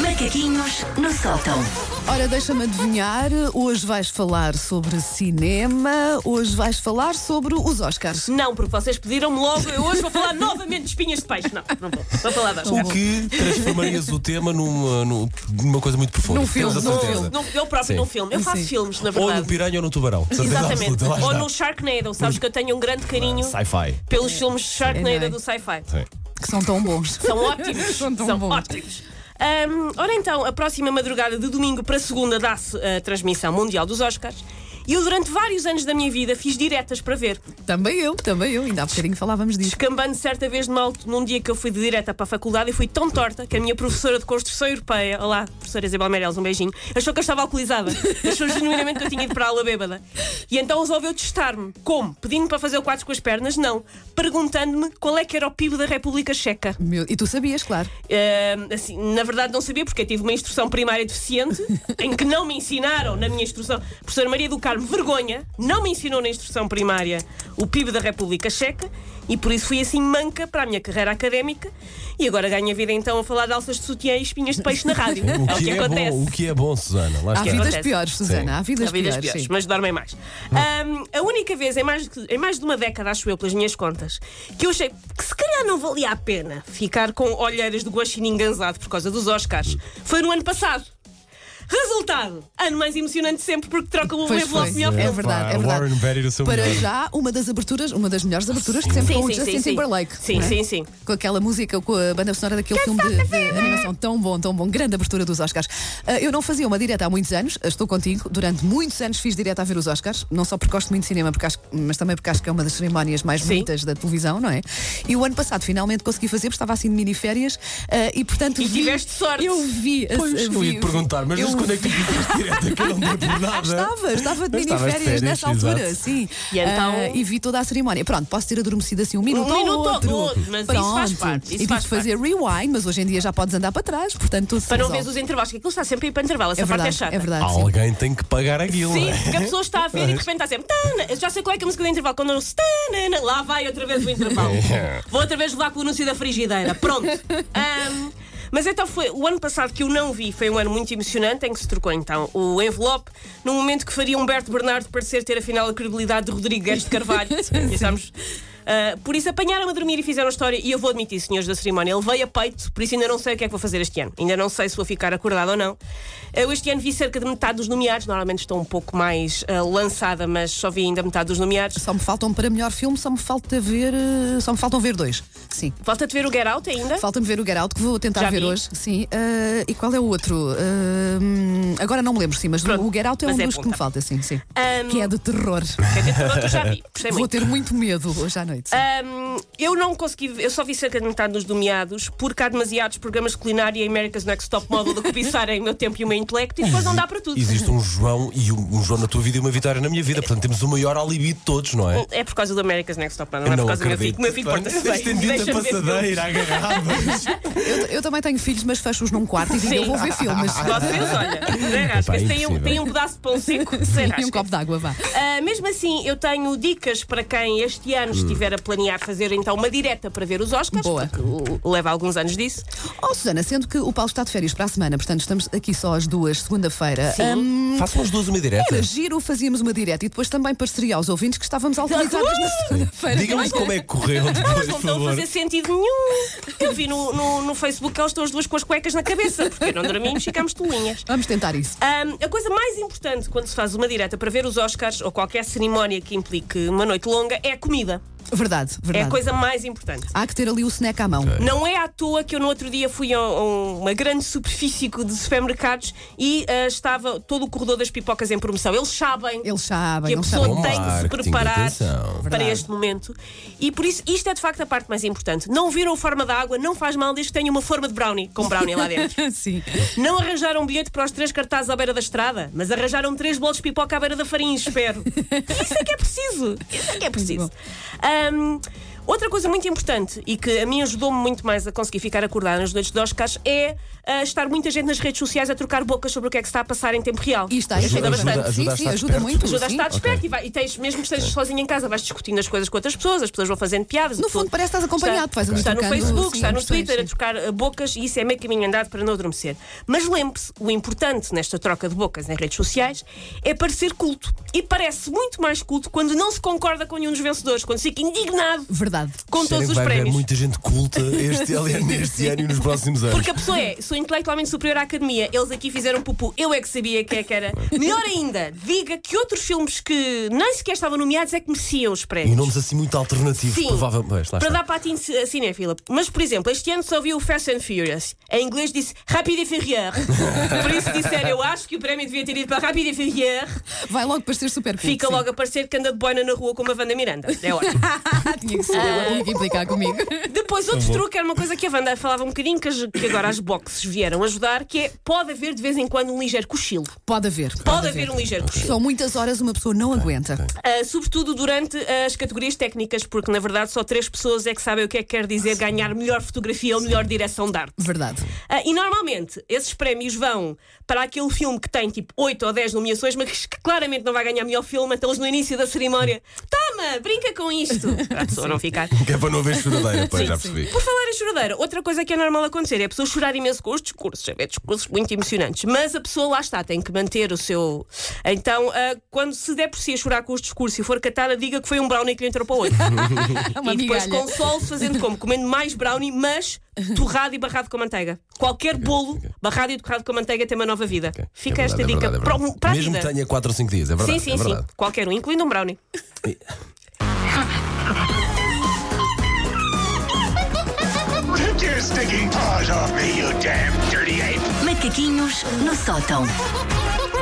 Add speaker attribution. Speaker 1: Macaquinhos no sótão.
Speaker 2: Ora, deixa-me adivinhar, hoje vais falar sobre cinema, hoje vais falar sobre os Oscars.
Speaker 3: Não, porque vocês pediram-me logo, eu hoje vou falar novamente de espinhas de peixe. Não, não vou. Vou falar de
Speaker 2: Bom,
Speaker 3: Oscar.
Speaker 2: bom.
Speaker 4: O que transformarias o tema numa, num- numa coisa muito profunda.
Speaker 2: Num filme,
Speaker 4: Temos a
Speaker 2: num
Speaker 4: certeza.
Speaker 2: filme.
Speaker 3: Não, eu próprio
Speaker 4: Sim.
Speaker 3: não filmo. Eu faço
Speaker 2: Sim.
Speaker 3: filmes, na
Speaker 4: Ou no
Speaker 3: verdade.
Speaker 4: piranha ou no tubarão. Certeza
Speaker 3: Exatamente.
Speaker 4: absoluta, lá
Speaker 3: Ou
Speaker 4: está.
Speaker 3: no Sharknado. Sabes que eu tenho um grande carinho
Speaker 4: Sci-fi.
Speaker 3: pelos filmes de
Speaker 2: É, não
Speaker 3: Sharknado
Speaker 2: é?
Speaker 3: do sci-fi.
Speaker 4: Sim.
Speaker 2: Que são tão bons.
Speaker 3: São ótimos.
Speaker 2: São tão bons.
Speaker 3: ótimos. Ahm, ora então, a próxima madrugada de domingo para segunda dá-se a transmissão mundial dos Oscars. E eu, durante vários anos da minha vida, fiz diretas para ver.
Speaker 2: Também eu, também eu, ainda há bocadinho falávamos disso.
Speaker 3: Descambando certa vez numa, alt- num dia que eu fui de direta para a faculdade e fui tão torta que a minha professora de construção europeia, olá, professora Isabel Meirelles, um beijinho, achou que eu estava alcoolizada. Achou genuinamente que eu tinha ido para a aula bêbada. E então resolveu testar-me. Como? Pedindo-me para fazer o quadro com as pernas? Não. Perguntando-me qual é que era o PIB da República Checa.
Speaker 2: Meu- e tu sabias, claro.
Speaker 3: Ahm, assim, na verdade não sabia porque eu tive uma instrução primária deficiente em que não me ensinaram na minha instrução. A professora Maria do Carmo, vergonha, não me ensinou na instrução primária o PIB da República Checa e por isso fui assim manca para a minha carreira académica e agora ganho a vida então a falar de alças de sutiã e espinhas de peixe na rádio. é
Speaker 4: O
Speaker 3: o
Speaker 4: que é,
Speaker 3: acontece.
Speaker 4: bom, o que é bom, Susana. Lá
Speaker 2: Há
Speaker 4: está.
Speaker 2: vidas
Speaker 3: acontece.
Speaker 2: piores, Susana,
Speaker 4: Sim.
Speaker 2: há vidas,
Speaker 3: Há vidas é piores,
Speaker 2: sim.
Speaker 3: mas dormem mais. Ahm, a única vez, em mais, de- em mais de uma década, acho eu, pelas minhas contas, que eu achei que se calhar não valia a pena ficar com olheiras de guaxinim enganzado por causa dos Oscars, foi no ano passado. Resultado! Ano mais emocionante sempre porque troca o
Speaker 2: Pois
Speaker 3: envelope
Speaker 2: foi,
Speaker 3: melhor
Speaker 2: é
Speaker 3: filme.
Speaker 2: verdade, é
Speaker 4: Pá,
Speaker 2: verdade.
Speaker 4: Warren Beatty no seu
Speaker 2: Para
Speaker 4: melhor.
Speaker 2: já, uma das aberturas, uma das melhores aberturas de sempre
Speaker 3: Sim,
Speaker 2: com o
Speaker 3: sim,
Speaker 2: Justin
Speaker 3: sim, sim.
Speaker 2: Timberlake.
Speaker 3: Sim,
Speaker 2: não é?
Speaker 3: sim, sim.
Speaker 2: Com aquela música, com a banda sonora daquele filme de, de animação tão bom, tão bom. Grande abertura dos Oscars. Ah, eu não fazia uma direta há muitos anos, ah, estou contigo. Durante muitos anos fiz direta a ver os Oscars. Não só porque gosto muito de cinema, porque acho- mas também porque acho que é uma das cerimónias mais
Speaker 3: Sim.
Speaker 2: bonitas da televisão, não é? E o ano passado finalmente consegui fazer, porque estava assim de miniférias. ah, e portanto.
Speaker 3: E
Speaker 2: vi-
Speaker 3: tiveste sorte.
Speaker 2: Eu vi. a-
Speaker 4: Pois,
Speaker 2: vi-
Speaker 4: eu ia te perguntar, mas
Speaker 2: eu
Speaker 4: desde quando é que tu fizeste direto que eu não dei por nada?
Speaker 2: Estava, estava de
Speaker 4: Mas estavas Né? de
Speaker 2: miniférias
Speaker 4: férias,
Speaker 2: nessa altura,
Speaker 4: exato.
Speaker 2: sim.
Speaker 3: E então-
Speaker 2: Ah, e vi toda a cerimónia. Pronto, posso ter adormecido assim um minuto ou
Speaker 3: minuto ou
Speaker 2: outro.
Speaker 3: outro, mas isso faz
Speaker 2: Pronto.
Speaker 3: parte, isso
Speaker 2: e tive
Speaker 3: faz
Speaker 2: que fazer rewind, mas hoje em dia já podes andar para trás, portanto tudo se
Speaker 3: Para não
Speaker 2: resolve.
Speaker 3: veres os intervalos, que aquilo está sempre a ir para intervalo, essa
Speaker 2: É
Speaker 3: parte é
Speaker 2: verdade,
Speaker 3: chata.
Speaker 2: é verdade. sim.
Speaker 4: Alguém tem que pagar aquilo.
Speaker 3: Sim,
Speaker 4: não é?
Speaker 3: porque a pessoa está a ver e de repente está sempre. "Tana", Já sei qual é que é a música do intervalo. Quando eu tanana, lá vai outra vez o intervalo.
Speaker 4: É.
Speaker 3: Vou outra vez levar com o anúncio da frigideira. Pronto. Ahm, mas então foi o ano passado que eu não vi, foi um ano muito emocionante em que se trocou então o envelope, num momento que faria Humberto Bernardo parecer ter afinal a credibilidade de Rodrigo Guedes de Carvalho. Pensámos. ah, por isso apanharam-me a dormir e fizeram a história, e eu vou admitir, senhores da cerimónia, ele veio a peito, por isso ainda não sei o que é que vou fazer este ano. Ainda não sei se vou ficar acordada ou não. Eu este ano vi cerca de metade dos nomeados, normalmente estou um pouco mais ah, lançada, mas só vi ainda metade dos nomeados.
Speaker 2: Só me faltam para melhor filme, só me falta ver, eh, só me faltam ver dois. Sim.
Speaker 3: Falta-te ver o Get Out ainda?
Speaker 2: Falta-me ver o Get Out, que vou tentar
Speaker 3: Já
Speaker 2: ver
Speaker 3: vi.
Speaker 2: hoje. Sim. Ah, e qual é o outro? Ah, hum, agora não me lembro, sim, mas
Speaker 3: Pronto,
Speaker 2: o Get Out é
Speaker 3: mas
Speaker 2: um
Speaker 3: é
Speaker 2: dos que me
Speaker 3: ponta.
Speaker 2: falta, sim, sim.
Speaker 3: Ahm,
Speaker 2: Que é de terror.
Speaker 3: Quer dizer, pronto, eu já vi, gostei
Speaker 2: Vou
Speaker 3: muito.
Speaker 2: ter muito medo hoje à noite. sim.
Speaker 3: Ahm, eu não consegui, eu só vi cerca de metade dos nomeados, porque há demasiados programas de culinária e America's Next Top Model a cobiçarem o meu tempo e o meu intelecto e depois não dá para tudo.
Speaker 4: Existe um João e um, um João na tua vida e uma vitória na minha vida. Portanto, temos o maior alibi de todos, não é?
Speaker 3: É por causa do America's Next Top Model, não, é por causa do meu filho. O meu filho porta-se bem.
Speaker 4: Estendido a
Speaker 3: deixa-me ver filmes.
Speaker 4: passadeira, agarrados.
Speaker 2: Eu, eu também tenho filhos, mas fecho-os num quarto e digo, eu vou ver filmes.
Speaker 3: Vocês, olha, né, rascas,
Speaker 4: Epá, é
Speaker 3: tem, um,
Speaker 4: impossível.
Speaker 3: tem um pedaço de pão seco, sem
Speaker 2: E um copo
Speaker 3: rascas.
Speaker 2: de água, vá.
Speaker 3: Ah, mesmo assim, eu tenho dicas para quem este ano
Speaker 4: Hum.
Speaker 3: estiver a planear fazer então uma direta para ver os Oscars,
Speaker 2: Boa.
Speaker 3: porque o- o- leva alguns anos disso.
Speaker 2: Oh, Susana, sendo que o Paulo está de férias para a semana, portanto estamos aqui só às duas, segunda-feira. Hum,
Speaker 4: Façam as duas uma direta.
Speaker 2: era giro, fazíamos uma direta e depois também parceria aos ouvintes que estávamos alcoolizadas na segunda-feira.
Speaker 4: Digam-nos como é que correu depois,
Speaker 3: Mas não estão
Speaker 4: por
Speaker 3: a
Speaker 4: favor.
Speaker 3: fazer assim sentido nenhum. Eu vi no, no, no Facebook que elas estão as duas com as cuecas na cabeça, porque não dormimos, ficámos tolinhas.
Speaker 2: Vamos tentar isso.
Speaker 3: Ahm, a coisa mais importante quando se faz uma direta para ver os Oscars ou qualquer cerimónia que implique uma noite longa é a comida.
Speaker 2: Verdade,
Speaker 3: É
Speaker 2: verdade.
Speaker 3: a coisa mais importante.
Speaker 2: Há que ter ali o snack à mão.
Speaker 3: Não é à toa que eu no outro dia fui a, a uma grande superfície de supermercados e ah, estava todo o corredor das pipocas em promoção. Eles sabem.
Speaker 2: Eles sabem,
Speaker 3: que a
Speaker 2: eles
Speaker 3: pessoa
Speaker 2: sabem.
Speaker 4: Bom
Speaker 3: tem que se
Speaker 4: marketing,
Speaker 3: preparar
Speaker 4: atenção.
Speaker 3: para
Speaker 2: Verdade.
Speaker 3: este momento. E por isso, isto é de facto a parte mais importante. Não viram a forma da água, não faz mal, desde que tenha uma forma de brownie, com brownie lá dentro.
Speaker 2: Sim.
Speaker 3: Não arranjaram um bilhete para os três cartazes à beira da estrada, mas arranjaram três bolos de pipoca à beira da farinha, espero. Isso é que é preciso. Isso é que é preciso. Ahm, Outra coisa muito importante e que a mim ajudou-me muito mais a conseguir ficar acordada nas noites de Oscars é ah, estar muita gente nas redes sociais a trocar bocas sobre o que é que se está a passar em tempo real.
Speaker 2: E está, é
Speaker 3: ajuda,
Speaker 2: ajuda,
Speaker 3: bastante.
Speaker 2: bastante.
Speaker 4: ajuda a
Speaker 2: sim, sim,
Speaker 4: estar
Speaker 2: ajuda
Speaker 4: esperto.
Speaker 2: muito.
Speaker 3: Ajuda a
Speaker 2: sim.
Speaker 3: estar desperto e, vai- e tens, mesmo que estejas sozinho em casa, vais discutindo as coisas com outras pessoas, as pessoas vão fazendo piadas.
Speaker 2: No
Speaker 3: a pessoa-
Speaker 2: fundo, parece que estás acompanhado, faz ali
Speaker 3: Está, no
Speaker 2: trocando,
Speaker 3: Facebook,
Speaker 2: sim,
Speaker 3: está no
Speaker 2: impressões,
Speaker 3: Twitter a
Speaker 2: sim.
Speaker 3: trocar eh, bocas e isso é meio caminho andado para não adormecer. Mas lembre-se, o importante nesta troca de bocas nas redes sociais é parecer culto. E parece muito mais culto quando não se concorda com nenhum dos vencedores, quando se fica indignado
Speaker 2: Verdade.
Speaker 3: com
Speaker 4: Sério
Speaker 3: todos
Speaker 4: que
Speaker 3: os
Speaker 4: vai haver
Speaker 3: prémios.
Speaker 4: muita gente culta este, aliás, neste ano e nos próximos anos.
Speaker 3: Porque a pessoa é, sou intelectualmente superior à academia, eles aqui fizeram pupu, eu é que sabia que é que era. Melhor ainda, diga que outros filmes que nem sequer estavam nomeados é que mereciam os prémios.
Speaker 4: E nomes assim muito alternativos,
Speaker 3: Sim,
Speaker 4: provavelmente. Lá
Speaker 3: para
Speaker 4: está.
Speaker 3: dar para a tin- a cinéfila. Mas, por exemplo, este ano só vi o Fast and Furious. Em inglês disse Rapid e Ferrier. por isso disseram, eu acho que o prémio devia ter ido para Rapid e Ferrier.
Speaker 2: Vai logo para ser super cool,
Speaker 3: Fica
Speaker 2: sim.
Speaker 3: logo a parecer que anda de boina na rua como a Wanda Miranda. É ótimo.
Speaker 2: Ah, tinha que ser, ela tinha que implicar comigo.
Speaker 3: Depois, outro truque era uma coisa que a Wanda falava um bocadinho, que, as- que agora as boxes vieram ajudar, que é, pode haver de vez em quando um ligeiro cochilo.
Speaker 2: Pode haver.
Speaker 3: Pode haver um ligeiro cochilo.
Speaker 2: São muitas horas uma pessoa não aguenta.
Speaker 3: Uh, sobretudo durante as categorias técnicas, porque na verdade só três pessoas é que sabem o que é que quer dizer ganhar melhor fotografia ou melhor direção de arte.
Speaker 2: Verdade.
Speaker 3: Ah, e normalmente esses prémios vão para aquele filme que tem tipo 8 ou 10 nomeações, mas que claramente não vai ganhar melhor filme, então eles no início da cerimónia, toma, brinca com isto. Para a pessoa não ficar.
Speaker 4: Que é para não haver choradeira, pois, já percebi.
Speaker 3: Por falar em choradeira, outra coisa que é normal acontecer é a pessoa chorar imenso com os discursos. É discursos muito emocionantes, mas a pessoa lá está, tem que manter o seu. Então, ah, quando se der por si a chorar com os discursos e for catada, diga que foi um brownie que lhe entrou para o outro.
Speaker 2: Uma
Speaker 3: e depois
Speaker 2: migalha.
Speaker 3: console-se fazendo como? Comendo mais brownie, mas torrado e barrado com manteiga. Qualquer bolo barrado e torrado com manteiga tem uma nova vida.
Speaker 4: Ok.
Speaker 3: Fica
Speaker 4: É
Speaker 3: esta
Speaker 4: verdade, é
Speaker 3: dica
Speaker 4: verdade, é
Speaker 3: para,
Speaker 4: verdade.
Speaker 3: o- para a
Speaker 4: Mesmo
Speaker 3: vida.
Speaker 4: que tenha 4 ou 5 dias, é verdade.
Speaker 3: sim, sim,
Speaker 4: é
Speaker 3: sim.
Speaker 4: verdade.
Speaker 3: Qualquer um, incluindo um brownie.
Speaker 1: Take your stinking paws off me, you damn dirty ape!
Speaker 5: Macaquinhos no sótão.